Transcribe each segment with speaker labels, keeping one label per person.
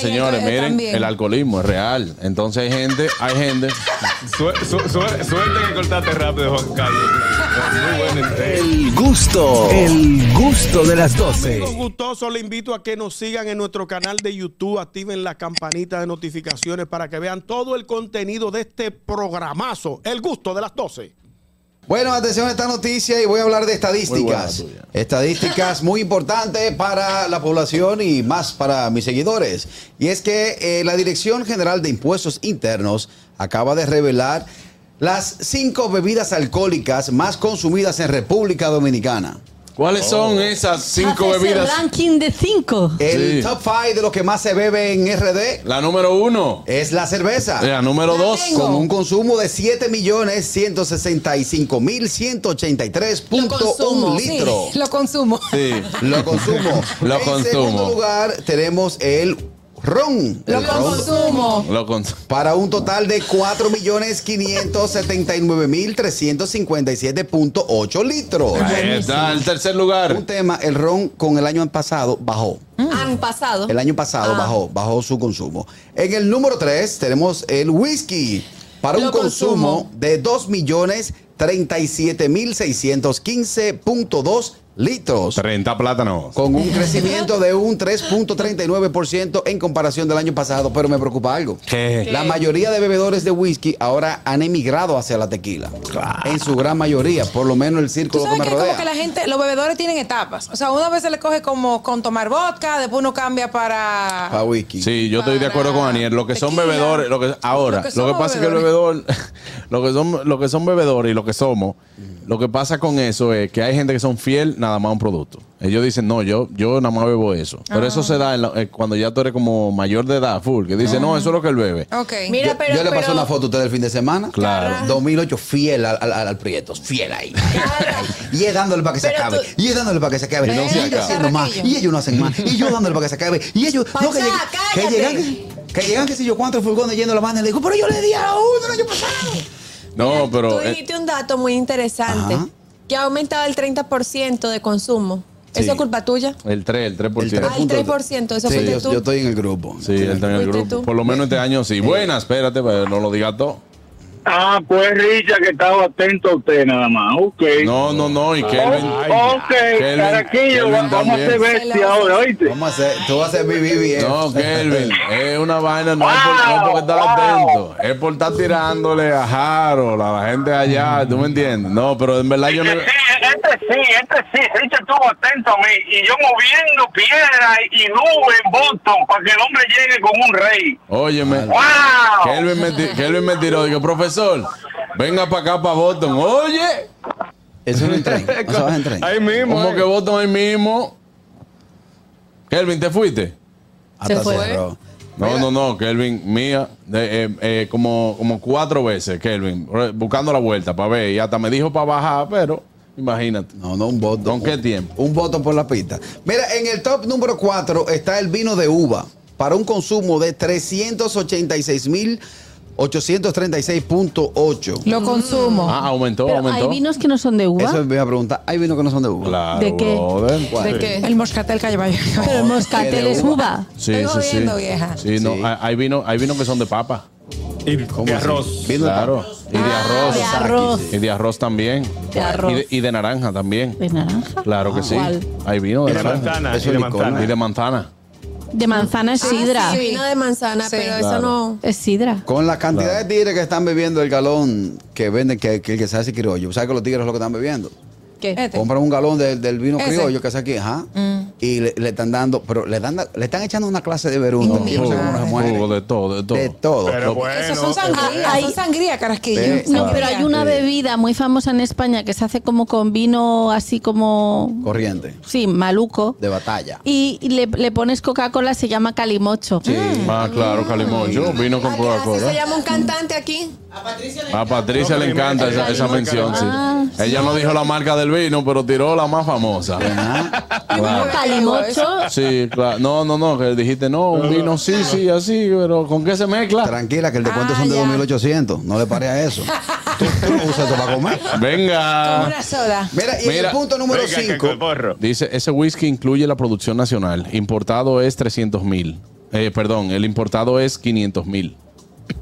Speaker 1: Señores, miren,
Speaker 2: también.
Speaker 1: el alcoholismo es real. Entonces hay gente, hay gente.
Speaker 3: Su- su- su- Suerte que cortaste rápido, Juan Carlos. Muy buen entrega.
Speaker 4: El gusto, el gusto de las 12.
Speaker 5: Amigos gustosos, le invito a que nos sigan en nuestro canal de YouTube, activen la campanita de notificaciones para que vean todo el contenido de este programazo, El Gusto de las 12.
Speaker 6: Bueno, atención a esta noticia y voy a hablar de estadísticas.
Speaker 1: Muy buena tuya.
Speaker 6: Estadísticas muy importantes para la población y más para mis seguidores. Y es que eh, la Dirección General de Impuestos Internos acaba de revelar las cinco bebidas alcohólicas más consumidas en República Dominicana.
Speaker 1: ¿Cuáles son
Speaker 6: Oh.
Speaker 1: esas cinco
Speaker 2: Hace ese
Speaker 1: bebidas?
Speaker 2: ranking de cinco.
Speaker 6: El
Speaker 1: Sí.
Speaker 6: top 5 de lo que más se bebe en RD
Speaker 1: La número uno.
Speaker 6: es la cerveza.
Speaker 1: La número
Speaker 2: La
Speaker 1: dos.
Speaker 2: tengo.
Speaker 6: Con un consumo de 7.165.183.1 litros.
Speaker 2: lo consumo.
Speaker 1: Sí.
Speaker 6: Lo consumo.
Speaker 1: Lo
Speaker 6: en
Speaker 1: consumo.
Speaker 6: segundo lugar tenemos el ron.
Speaker 2: Lo
Speaker 6: El ron
Speaker 2: consumo.
Speaker 1: Lo con-
Speaker 6: Para un total de 4.579.357.8 litros.
Speaker 1: Ahí está, el tercer lugar.
Speaker 6: Un tema, el ron con el año pasado bajó.
Speaker 2: Han pasado.
Speaker 6: El año pasado
Speaker 2: Ah.
Speaker 6: bajó, bajó su consumo. En el número 3 tenemos el whisky. Para
Speaker 2: Lo
Speaker 6: un consumo,
Speaker 2: consumo.
Speaker 6: de 2.037.615.2 litros.
Speaker 3: 30 plátanos.
Speaker 6: con un crecimiento de un 3.39% en comparación del año pasado, pero me preocupa algo. La mayoría de bebedores de whisky ahora han emigrado hacia la tequila. En su gran mayoría, por lo menos el
Speaker 7: Tú
Speaker 6: círculo que
Speaker 7: sabes
Speaker 6: me
Speaker 7: que es como
Speaker 6: rodea.
Speaker 7: que la gente, los bebedores tienen etapas. O sea, una vez se le coge como con tomar vodka, después uno cambia para.
Speaker 6: Pa' whisky.
Speaker 1: Sí, yo estoy de acuerdo con Aniel. Lo que son
Speaker 7: Tequila.
Speaker 1: bebedores, lo que ahora, lo
Speaker 7: Lo
Speaker 1: que,
Speaker 7: que somos
Speaker 1: pasa es que el bebedor, lo que son, lo que son bebedores y lo que somos, lo que pasa con eso es que hay gente que son fiel nada más a un producto. Ellos dicen, no, yo, yo nada más bebo eso. Pero eso se da en la- eh, cuando ya tú eres como mayor de edad, full, que dice, no, eso es lo que él bebe.
Speaker 7: Ok.
Speaker 2: Mira,
Speaker 6: yo,
Speaker 2: pero-
Speaker 6: yo le pasé
Speaker 2: pero-
Speaker 6: una foto a usted del fin de semana.
Speaker 1: Claro.
Speaker 6: 2008, fiel al, al, al- al Prieto, fiel ahí. y es dándole para que se
Speaker 2: Pero
Speaker 6: acabe.
Speaker 2: tú-
Speaker 6: Y es dándole para que se acabe.
Speaker 1: Y no se
Speaker 6: ellos
Speaker 1: acaba.
Speaker 6: haciendo más.
Speaker 7: Carraquillo.
Speaker 6: Y ellos no hacen más. Y yo dándole para que se acabe. Y ellos. no, que,
Speaker 2: Pachá,
Speaker 6: que
Speaker 2: cállate.
Speaker 6: llegan. Que llegan, qué sé yo, cuántos furgones yendo a la banda. Y le digo, pero yo le di a uno el año pasado.
Speaker 1: No,
Speaker 2: Tú
Speaker 1: pero eh,
Speaker 2: dijiste un dato muy interesante.
Speaker 6: Ajá.
Speaker 2: Que ha aumentado el 30% de consumo. ¿Eso es culpa tuya?
Speaker 1: el 3, el 3%.
Speaker 6: El
Speaker 2: Ah, el 3%, eso fuiste
Speaker 6: yo,
Speaker 2: tú.
Speaker 6: yo estoy en el grupo.
Speaker 1: Sí, él está en el
Speaker 2: Fuiste
Speaker 1: grupo.
Speaker 2: tú.
Speaker 1: Por lo menos este año sí. Buena, espérate, pero no lo digas todo.
Speaker 8: Ah, pues Richard, que estaba atento a usted nada más. Ok.
Speaker 1: No, no, no. Y Kelvin.
Speaker 8: Oh, ok,
Speaker 1: Kelvin-
Speaker 8: Caraquillo,
Speaker 1: Kelvin
Speaker 8: vamos a hacer
Speaker 1: también.
Speaker 8: bestia ahora, ¿oíste?
Speaker 6: Vamos a hacer, tú vas a hacer mi BBF.
Speaker 1: No, Kelvin, es una vaina, no es por, no es porque estar atento, es por estar tirándole a Harold, a la gente allá, ¿tú me entiendes? No, pero en verdad yo no...
Speaker 8: este sí, este sí, Richard estuvo atento a mí y yo moviendo piedra y nube en Boston para que el hombre llegue con un rey.
Speaker 1: Óyeme,
Speaker 8: ¡Wow!
Speaker 1: Kelvin me, ti- Kelvin me tiró, digo, profesor, venga para acá, para Boston, oye,
Speaker 6: Eso no es un tren. No sabes en tren.
Speaker 3: Ahí mismo.
Speaker 1: como
Speaker 3: eh.
Speaker 1: que Boston ahí mismo. Kelvin, ¿te fuiste?
Speaker 6: Hasta
Speaker 2: fue.
Speaker 6: cerró.
Speaker 1: No, no, no, Kelvin, mía, de- eh, eh, como, como cuatro veces, Kelvin, re- buscando la vuelta para ver, y hasta me dijo para bajar, pero imagínate.
Speaker 6: No, no, un voto.
Speaker 1: ¿Con qué tiempo?
Speaker 6: Un voto por la pista. Mira, en el top número 4 está el vino de uva para un consumo de 386.836.8.
Speaker 7: Lo consumo.
Speaker 1: Ah, aumentó,
Speaker 9: Pero
Speaker 1: aumentó.
Speaker 9: hay vinos que no son de uva.
Speaker 6: Eso es una pregunta. Hay vino que no son de uva.
Speaker 1: Claro,
Speaker 9: ¿De qué?
Speaker 1: brother.
Speaker 6: ¿Cuál?
Speaker 2: ¿De qué?
Speaker 7: El moscatel que lleva yo.
Speaker 9: Pero el moscatel
Speaker 6: de
Speaker 9: es uva.
Speaker 1: Sí,
Speaker 7: Estoy
Speaker 1: sí,
Speaker 7: jodiendo,
Speaker 1: sí.
Speaker 7: vieja.
Speaker 1: Sí, no,
Speaker 6: Sí.
Speaker 1: hay- hay vino, hay vino que son de papa.
Speaker 3: Y de
Speaker 6: así?
Speaker 3: arroz.
Speaker 6: Vino de
Speaker 1: Claro. Y de arroz.
Speaker 9: Ah, de arroz.
Speaker 1: Y de arroz también.
Speaker 9: De arroz.
Speaker 1: Y de, y de naranja también.
Speaker 9: ¿De naranja? Ah,
Speaker 1: Claro que sí.
Speaker 9: ¿Cuál?
Speaker 1: Hay vino de
Speaker 3: Y de
Speaker 1: naranja.
Speaker 3: manzana.
Speaker 6: Eso
Speaker 3: y de
Speaker 6: es licor,
Speaker 3: manzana.
Speaker 1: Y de manzana.
Speaker 9: De
Speaker 7: Ah,
Speaker 9: manzana es sidra.
Speaker 2: Sí, vino de manzana,
Speaker 7: Sí.
Speaker 2: pero
Speaker 1: Claro.
Speaker 2: eso no.
Speaker 9: Es sidra.
Speaker 6: Con la cantidad de tigres que están bebiendo el galón que venden, que, que el que se hace criollo. ¿Sabes que los tigres es lo que están bebiendo?
Speaker 9: ¿Qué?
Speaker 7: Este.
Speaker 6: Compran un galón de- del vino
Speaker 7: Ese.
Speaker 6: criollo que es aquí, ajá. Y le, le están dando, pero le, dan, le están echando una clase de veruno.
Speaker 7: No,
Speaker 6: Yo no sé cómo nos mueren.
Speaker 1: Jugo de todo, de todo.
Speaker 6: De todo.
Speaker 3: Pero
Speaker 1: Lo-
Speaker 3: bueno.
Speaker 7: Esos son sangrías,
Speaker 9: Ah, hay-
Speaker 7: son sangría, carasquillo.
Speaker 6: Sí,
Speaker 9: No,
Speaker 7: Sangría.
Speaker 9: pero hay una bebida muy famosa en España que se hace como con vino así como...
Speaker 6: Corriente.
Speaker 9: Sí, maluco.
Speaker 6: De batalla.
Speaker 9: Y y le, le pones Coca-Cola, se llama calimocho.
Speaker 1: Ah, claro, calimocho.
Speaker 9: Mm.
Speaker 1: Vino
Speaker 9: Ah,
Speaker 1: con
Speaker 2: Así
Speaker 7: Ah,
Speaker 2: se
Speaker 1: Coca-Cola.
Speaker 2: llama un cantante aquí.
Speaker 1: A Patricia le encanta esa, esa mención, sí.
Speaker 9: Ah,
Speaker 1: Ella no dijo la marca del vino, pero tiró la más famosa.
Speaker 9: Como calimocho.
Speaker 1: Sí, claro. No, no, no, que dijiste, no, un vino sí, sí, así, pero ¿con qué se mezcla?
Speaker 6: Tranquila, que el descuento
Speaker 2: Ah,
Speaker 6: son de
Speaker 2: ya.
Speaker 6: 2800. No le pare a eso. tú, tú no usas eso para comer.
Speaker 1: Venga.
Speaker 7: Con una soda.
Speaker 6: Mira, y en
Speaker 1: Mira,
Speaker 6: el punto número
Speaker 3: Venga, que
Speaker 6: 5.
Speaker 3: con porro.
Speaker 1: Dice, ese whisky incluye la producción nacional. Importado es 300 mil. Eh, perdón, el importado es 500 mil.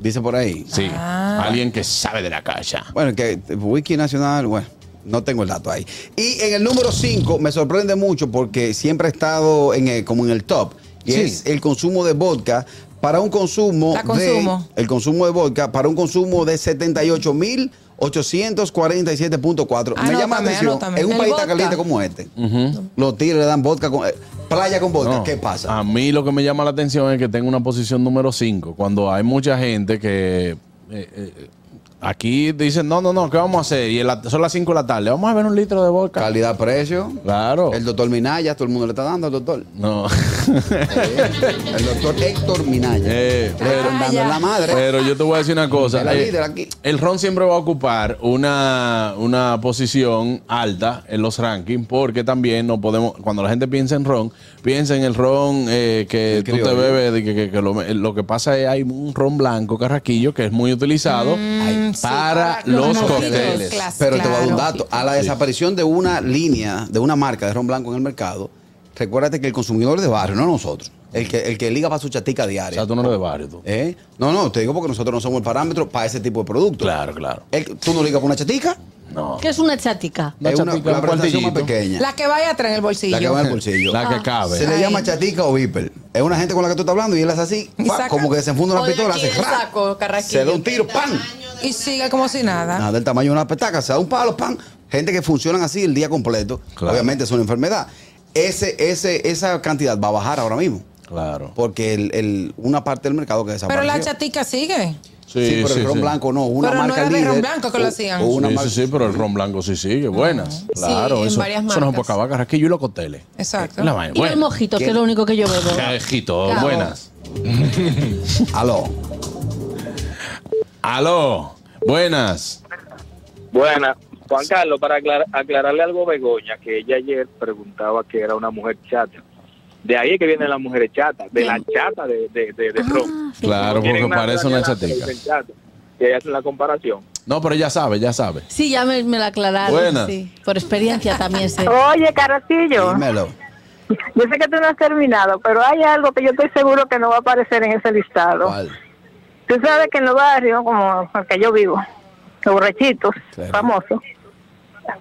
Speaker 6: Dice por ahí.
Speaker 1: Sí. Alguien que sabe de la calle.
Speaker 6: Bueno, que Wiki Nacional, bueno, no tengo el dato ahí. Y en el número 5 me sorprende mucho porque siempre ha estado en el- como en el top. Y
Speaker 1: Sí.
Speaker 6: es el consumo de vodka para un consumo
Speaker 7: La consumo.
Speaker 6: de el consumo de vodka para un consumo de 78.847.4. Me
Speaker 7: Ah, Anótame,
Speaker 6: llama la atención.
Speaker 7: anótame.
Speaker 6: En un
Speaker 7: El
Speaker 6: país
Speaker 7: vodka.
Speaker 6: tan caliente como este, los tigres le dan vodka con eh, playa con vodka.
Speaker 1: No. Ah.
Speaker 6: ¿Qué pasa?
Speaker 1: A mí lo que me llama la atención es que tengo una posición número 5. Cuando hay mucha gente que. eh, eh, aquí dicen, no, no, no, ¿qué vamos a hacer? Y en la- son las 5 de la tarde. Vamos a ver un litro de vodka.
Speaker 6: Calidad, precio.
Speaker 1: claro.
Speaker 6: El doctor Minaya, todo el mundo le está dando al doctor.
Speaker 1: no.
Speaker 6: El doctor Héctor Minaya.
Speaker 1: Eh,
Speaker 6: Le están dando
Speaker 7: Ah,
Speaker 6: en la madre.
Speaker 1: Pero yo te voy a decir una cosa. eh,
Speaker 6: Es la líder aquí.
Speaker 1: El ron siempre va a ocupar una, una posición alta en los rankings porque también no podemos, cuando la gente piensa en ron, piensa en el ron eh, que
Speaker 6: El
Speaker 1: tú te
Speaker 6: criollo.
Speaker 1: bebes, de que, que- que lo, lo que pasa es hay un ron blanco carraquillo que es muy utilizado
Speaker 7: Mm, sí,
Speaker 1: para los
Speaker 7: mojitos,
Speaker 1: cócteles.
Speaker 7: clas-
Speaker 6: Pero te voy a dar un
Speaker 7: claro.
Speaker 6: dato. A la desaparición de una línea, de una marca de ron blanco en el mercado, recuérdate que el consumidor de barrio, no nosotros, el que, el que liga para su chatica
Speaker 1: O
Speaker 6: diaria.
Speaker 1: sea, tú no eres de barrio, tú.
Speaker 6: ¿eh? No, no, te digo porque nosotros no somos el parámetro para ese tipo de producto.
Speaker 1: Claro, claro.
Speaker 6: El- ¿Tú no ligas para una chatica?
Speaker 1: No.
Speaker 9: ¿Qué es una chática?
Speaker 1: Una
Speaker 6: es una,
Speaker 1: chatica,
Speaker 6: la
Speaker 1: un
Speaker 6: presentación más
Speaker 1: cuartillito.
Speaker 6: pequeña.
Speaker 7: La que vaya atrás en el bolsillo.
Speaker 6: La que va en el bolsillo.
Speaker 1: La que
Speaker 6: Se
Speaker 1: cabe.
Speaker 6: le
Speaker 7: Ay.
Speaker 6: llama chatica o viper. Es una gente con la que tú estás hablando y él hace así,
Speaker 7: Y
Speaker 6: pa,
Speaker 7: saca-
Speaker 6: como que desenfunda una
Speaker 2: O de
Speaker 6: pistola,
Speaker 2: aquí
Speaker 6: hace
Speaker 2: del
Speaker 6: ra.
Speaker 2: saco, carraquillo.
Speaker 6: Se da un tiro, ¡pam!
Speaker 7: Y sigue como si nada.
Speaker 6: Nada del tamaño de una petaca, se da un palo, pan. Gente que funcionan así el día completo.
Speaker 1: Claro.
Speaker 6: Obviamente es una enfermedad. Ese, ese, esa cantidad va a bajar ahora mismo.
Speaker 1: Claro.
Speaker 6: Porque el, el- una parte del mercado que
Speaker 7: Pero
Speaker 6: desapareció.
Speaker 7: la chatica sigue.
Speaker 6: Sí, pero el ron
Speaker 1: sí.
Speaker 6: blanco no. Una
Speaker 7: Pero no
Speaker 6: marca
Speaker 7: era de
Speaker 6: líder,
Speaker 7: ron blanco que lo
Speaker 6: o-
Speaker 7: hacían.
Speaker 6: o una
Speaker 1: sí,
Speaker 6: marca-
Speaker 1: sí, sí, pero el ron blanco sí sigue. Buenas. Claro,
Speaker 2: en
Speaker 1: eso,
Speaker 2: varias
Speaker 1: eso no es
Speaker 2: marcas.
Speaker 1: poca vaca, carraquillo y los cócteles.
Speaker 7: Exacto.
Speaker 1: Es la vaina.
Speaker 9: Y los
Speaker 1: Bueno.
Speaker 9: mojitos, que
Speaker 6: ¿Quién? Ah,
Speaker 9: es lo único que yo bebo.
Speaker 1: Carajito,
Speaker 9: Claro.
Speaker 1: buenas.
Speaker 6: Aló.
Speaker 1: Aló, buenas.
Speaker 8: Buena. Juan Carlos, para aclar- aclararle algo a Begoña, que ella ayer preguntaba que era una mujer chata. De ahí es que vienen las mujeres chatas, de la chata de, de, de,
Speaker 10: Ah,
Speaker 8: de Ron.
Speaker 1: Claro, porque
Speaker 8: Tienen
Speaker 1: parece
Speaker 8: una
Speaker 1: una
Speaker 8: chata que
Speaker 1: chatica.
Speaker 8: dicen chata. Y ella hace la comparación.
Speaker 1: No, pero ya sabe, ya sabe.
Speaker 9: Sí, ya me, me la aclararon.
Speaker 1: Buenas.
Speaker 9: sí. Por experiencia también sé.
Speaker 10: Oye, Caracillo,
Speaker 6: Dímelo.
Speaker 10: yo sé que tú no has terminado, pero hay algo que yo estoy seguro que no va a aparecer en ese listado.
Speaker 6: ¿Cuál?
Speaker 10: Tú sabes que en los barrios, como el que yo vivo, los borrachitos
Speaker 6: Claro.
Speaker 10: famosos,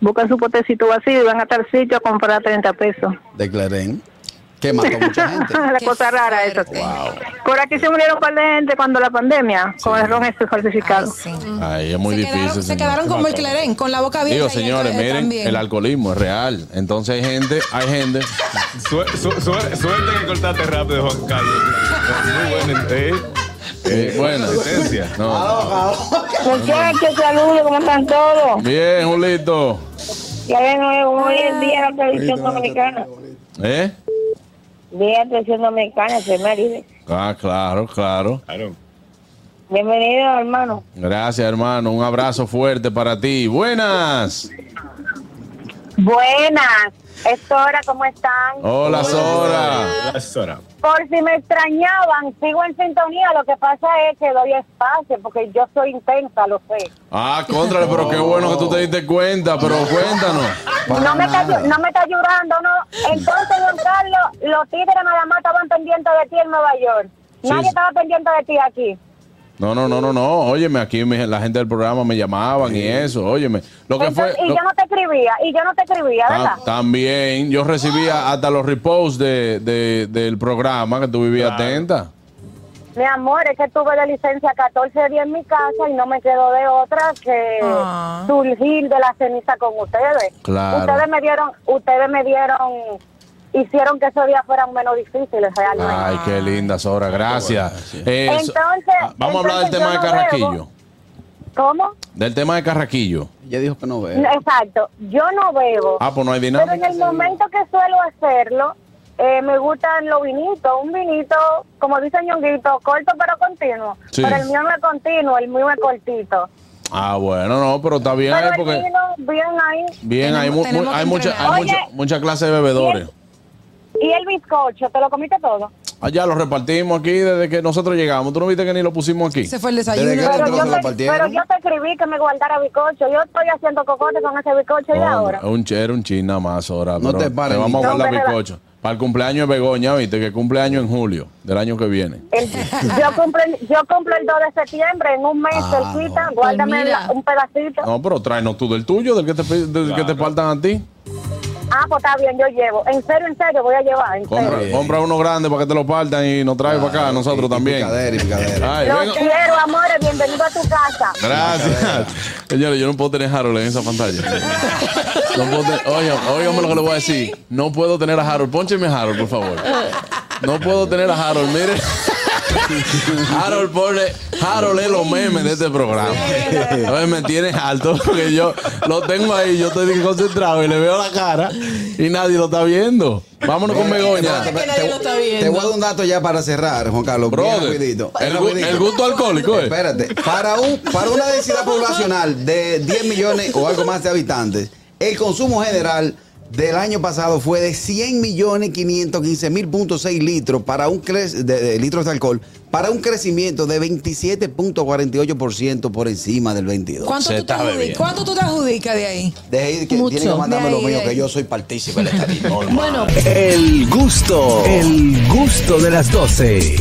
Speaker 10: buscan su potecito vacío y van a tal sitio a comprar 30 pesos.
Speaker 6: De Clarén. Que mató mucha gente.
Speaker 10: la
Speaker 2: Qué
Speaker 10: cosa rara eso.
Speaker 2: fuerte.
Speaker 10: Por aquí se murieron un par de gente cuando la pandemia, con el ron este falsificado.
Speaker 1: Ay, es Ah, muy
Speaker 7: Ah, se
Speaker 1: difícil.
Speaker 7: quedaron, se
Speaker 1: señor.
Speaker 7: quedaron como el clerén, con la boca abierta.
Speaker 1: Digo,
Speaker 7: y el
Speaker 1: señores,
Speaker 7: clerén
Speaker 1: miren,
Speaker 7: también.
Speaker 1: el alcoholismo es real. Entonces hay gente, hay gente.
Speaker 3: Suer- su- suer- Suerte que cortaste rápido, Juan Carlos. Muy buena eh,
Speaker 1: eh, buenas.
Speaker 3: asistencia.
Speaker 1: No.
Speaker 10: Muchachos, saludos, ¿cómo están todos?
Speaker 1: Bien, Julito.
Speaker 10: Ya de nuevo, hoy es día de la televisión dominicana.
Speaker 1: ¿Eh?
Speaker 10: Día de televisión dominicana, se me dice.
Speaker 1: Ah, claro, claro.
Speaker 3: Claro.
Speaker 10: Bienvenido, hermano.
Speaker 1: Gracias, hermano. Un abrazo fuerte para ti. Buenas.
Speaker 10: Buenas. Estora, ¿cómo están?
Speaker 1: Hola, Sora.
Speaker 3: Gracias, Sora.
Speaker 10: Por si me extrañaban, sigo en sintonía. Lo que pasa es que doy espacio porque yo soy intensa, lo sé.
Speaker 1: Ah, contra, pero qué bueno que tú te diste cuenta. Pero cuéntanos.
Speaker 10: No me, está, ayu- no me está ayudando, ¿no? Entonces, don Carlos, los tigres nada más estaban pendientes de ti en Nueva York.
Speaker 1: Sí,
Speaker 10: Nadie
Speaker 1: sí.
Speaker 10: estaba pendiente de ti aquí.
Speaker 1: No, no, no, no, no. Óyeme, aquí mi- la gente del programa me llamaban y eso. Óyeme, lo que fue.
Speaker 10: Entonces- y
Speaker 1: lo- Ah.
Speaker 10: yo no te escribía, y yo no te escribía,
Speaker 1: tam-
Speaker 10: ¿verdad?
Speaker 1: también yo recibía hasta los reposts de, de- del programa que tú vivías
Speaker 3: Claro.
Speaker 1: atenta.
Speaker 10: Mi amor, es que tuve la licencia 14 días en mi casa y no me quedó de otra que
Speaker 7: Ah.
Speaker 10: surgir de la ceniza con ustedes.
Speaker 1: Claro.
Speaker 10: Ustedes me dieron, ustedes me dieron, hicieron que esos días fueran menos difíciles realmente.
Speaker 1: Ay, qué linda, Sora. Gracias. Eh, so-
Speaker 10: Entonces,
Speaker 1: ah, vamos a hablar del
Speaker 10: entonces
Speaker 1: tema de
Speaker 10: yo no
Speaker 1: Carraquillo.
Speaker 10: bebo. ¿Cómo?
Speaker 1: Del tema de Carraquillo.
Speaker 6: Ella dijo que no ve.
Speaker 10: Exacto, yo no bebo.
Speaker 1: Ah, pues no hay
Speaker 10: pero en
Speaker 1: dinámica.
Speaker 10: el momento que suelo hacerlo, eh, me gustan los vinitos, un vinito, como dice Ñonguito, corto pero continuo.
Speaker 1: Sí.
Speaker 10: Pero el mío no es continuo, el mío es cortito.
Speaker 1: Ah, bueno, no, pero está bien ahí
Speaker 10: Pero el
Speaker 1: porque.
Speaker 10: vino, bien ahí.
Speaker 1: Bien, hay, mu-
Speaker 7: Tenemos- tenemos
Speaker 1: mu-
Speaker 7: que
Speaker 1: hay mucha,
Speaker 7: entrenar.
Speaker 1: hay mucha,
Speaker 10: Oye.
Speaker 1: mucha clase de bebedores.
Speaker 10: Y el bizcocho, ¿te lo comiste todo?
Speaker 1: Allá Ah, lo repartimos aquí desde que nosotros llegamos. ¿Tú no viste que ni lo pusimos aquí?
Speaker 7: Se fue el
Speaker 6: Desde que
Speaker 7: desayuno.
Speaker 6: Pero
Speaker 10: Pero
Speaker 6: te lo
Speaker 10: yo,
Speaker 6: se lo
Speaker 10: te,
Speaker 6: partieron.
Speaker 10: pero yo te escribí que me guardara bizcocho. Yo estoy haciendo cocote con ese bizcocho y
Speaker 1: Hombre,
Speaker 10: ahora.
Speaker 1: Un chero, un chin nada más ahora.
Speaker 6: No
Speaker 1: pero
Speaker 6: te pares,
Speaker 1: vamos a
Speaker 10: niño.
Speaker 1: guardar
Speaker 10: No, pero-
Speaker 1: bizcocho. Para el cumpleaños de Begoña, oíste, que cumpleaños en julio del año que viene.
Speaker 10: El- yo, cumplo, el- yo cumplo el 2 de septiembre, en un mes,
Speaker 1: Ah,
Speaker 10: cerquita,
Speaker 1: no.
Speaker 10: guárdame
Speaker 9: Pues mira.
Speaker 10: la- un pedacito.
Speaker 1: No, pero tráenos tú del tuyo, del que te, pi- del que te faltan a ti.
Speaker 10: Ah, pues está bien, yo llevo. En serio, en serio, voy a llevar. En serio.
Speaker 1: Compra, compra uno grande para que te lo partan y nos traes para acá, nosotros también.
Speaker 6: picadera y picadera.
Speaker 1: Ay,
Speaker 10: Los
Speaker 1: venga.
Speaker 10: quiero, amores, bienvenido a tu casa.
Speaker 1: Gracias. Señores, yo no puedo tener a Harold en esa pantalla. No puedo tener- oye, óigame lo que le voy a decir. No puedo tener a Harold. Póncheme a Harold, por favor. No puedo tener a Harold. Mire. Harold pone, Harold es los memes de este programa. Oye, me tienes alto porque yo lo tengo ahí, yo estoy concentrado y le veo la cara y nadie lo está viendo. Vámonos con Begoña.
Speaker 6: Espérate,
Speaker 2: Que nadie
Speaker 6: te-
Speaker 2: lo está
Speaker 6: Te voy a
Speaker 2: viendo.
Speaker 6: dar un dato ya para cerrar, Juan Carlos. bien
Speaker 1: Brother,
Speaker 6: rapidito.
Speaker 1: el,
Speaker 6: Bien
Speaker 1: gu-
Speaker 6: rapidito.
Speaker 1: el gusto alcohólico, eh.
Speaker 6: Espérate, para, un, para una densidad poblacional de 10 millones o algo más de habitantes, el consumo general del año pasado fue de 100 millones 515 mil punto seis litros para un cre- de, de litros de alcohol para un crecimiento de 27.48% por encima del 22.
Speaker 7: ¿Cuánto,
Speaker 1: Se
Speaker 7: tú te
Speaker 1: está
Speaker 7: adjudicas-
Speaker 1: bebiendo.
Speaker 7: ¿Cuánto tú te adjudicas de ahí?
Speaker 6: Deje ahí que
Speaker 9: Mucho.
Speaker 6: tienen que mandarme
Speaker 7: De
Speaker 6: lo
Speaker 7: ahí,
Speaker 6: mío
Speaker 7: de
Speaker 6: que
Speaker 7: ahí.
Speaker 6: yo soy partícipe de esta normal.
Speaker 9: Bueno,
Speaker 4: El gusto, el gusto de las 12.